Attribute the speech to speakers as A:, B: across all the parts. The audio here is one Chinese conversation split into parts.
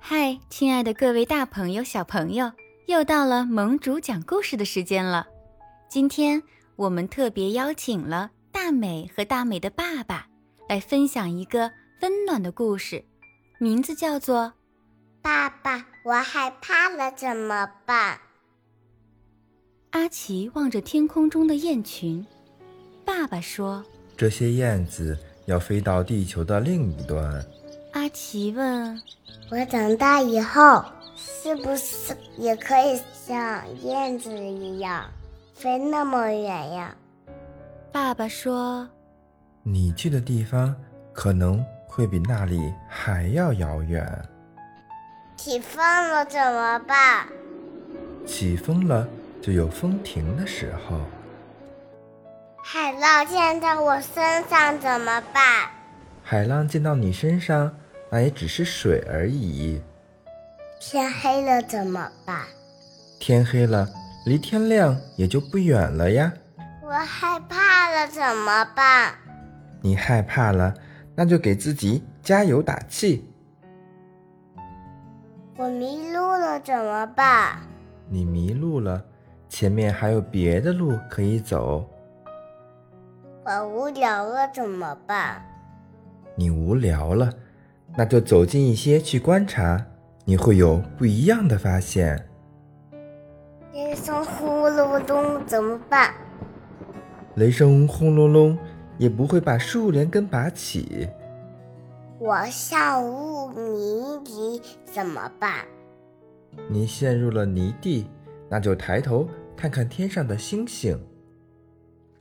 A: 嗨，亲爱的各位大朋友、小朋友，又到了盟主讲故事的时间了。今天我们特别邀请了大美和大美的爸爸来分享一个温暖的故事，名字叫做
B: 爸爸，我害怕了，怎么办？
A: 《阿奇望着天空中的雁群》。爸爸说
C: 这些燕子要飞到地球的另一端。：“
A: 阿奇问，
B: 我长大以后是不是也可以像燕子一样飞那么远呀？
A: 爸爸说，
C: 你去的地方可能会比那里还要遥远。
B: 起风了怎么办？
C: 起风了就有风停的时候。
B: 海浪溅到我身上怎么办？
C: 海浪溅到你身上，那也只是水而已。
B: 天黑了怎么办？
C: 天黑了，离天亮也就不远了呀。
B: 我害怕了怎么办？
C: 你害怕了，那就给自己加油打气。
B: 我迷路了怎么办？
C: 你迷路了，前面还有别的路可以走。
B: 我无聊了怎么办？
C: 你无聊了，那就走近一些去观察，你会有不一样的发现。
B: 人生呼噜噜怎么办？
C: 雷声轰隆隆，也不会把树连根拔起。
B: 我像污泥里怎么办？
C: 你陷入了泥地，那就抬头看看天上的星星。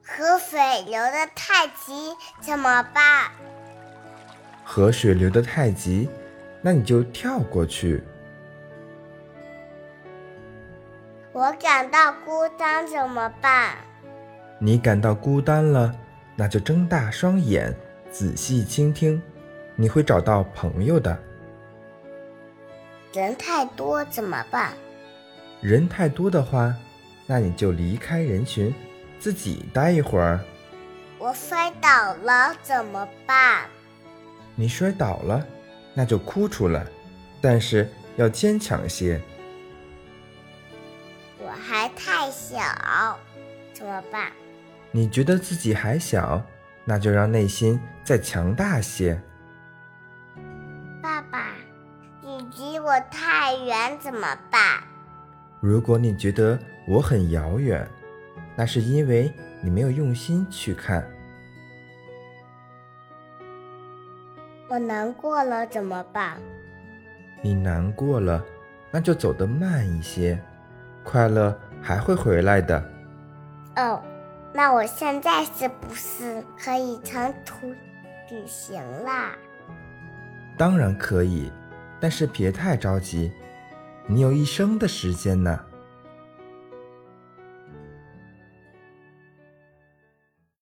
B: 河水流得太急怎么办？
C: 河水流得太急，那你就跳过去。
B: 我感到孤单怎么办？
C: 你感到孤单了，那就睁大双眼，仔细倾听，你会找到朋友的。
B: 人太多怎么办？
C: 人太多的话，那你就离开人群，自己待一会儿。
B: 我摔倒了怎么办？
C: 你摔倒了，那就哭出来，但是要坚强些。
B: 我还太小怎么办？
C: 你觉得自己还小，那就让内心再强大些。
B: 爸爸，你离我太远怎么办？
C: 如果你觉得我很遥远，那是因为你没有用心去看。
B: 我难过了怎么办？
C: 你难过了，那就走得慢一些，快乐还会回来的。
B: 哦，那我现在是不是可以长途旅行啦？
C: 当然可以，但是别太着急，你有一生的时间呢。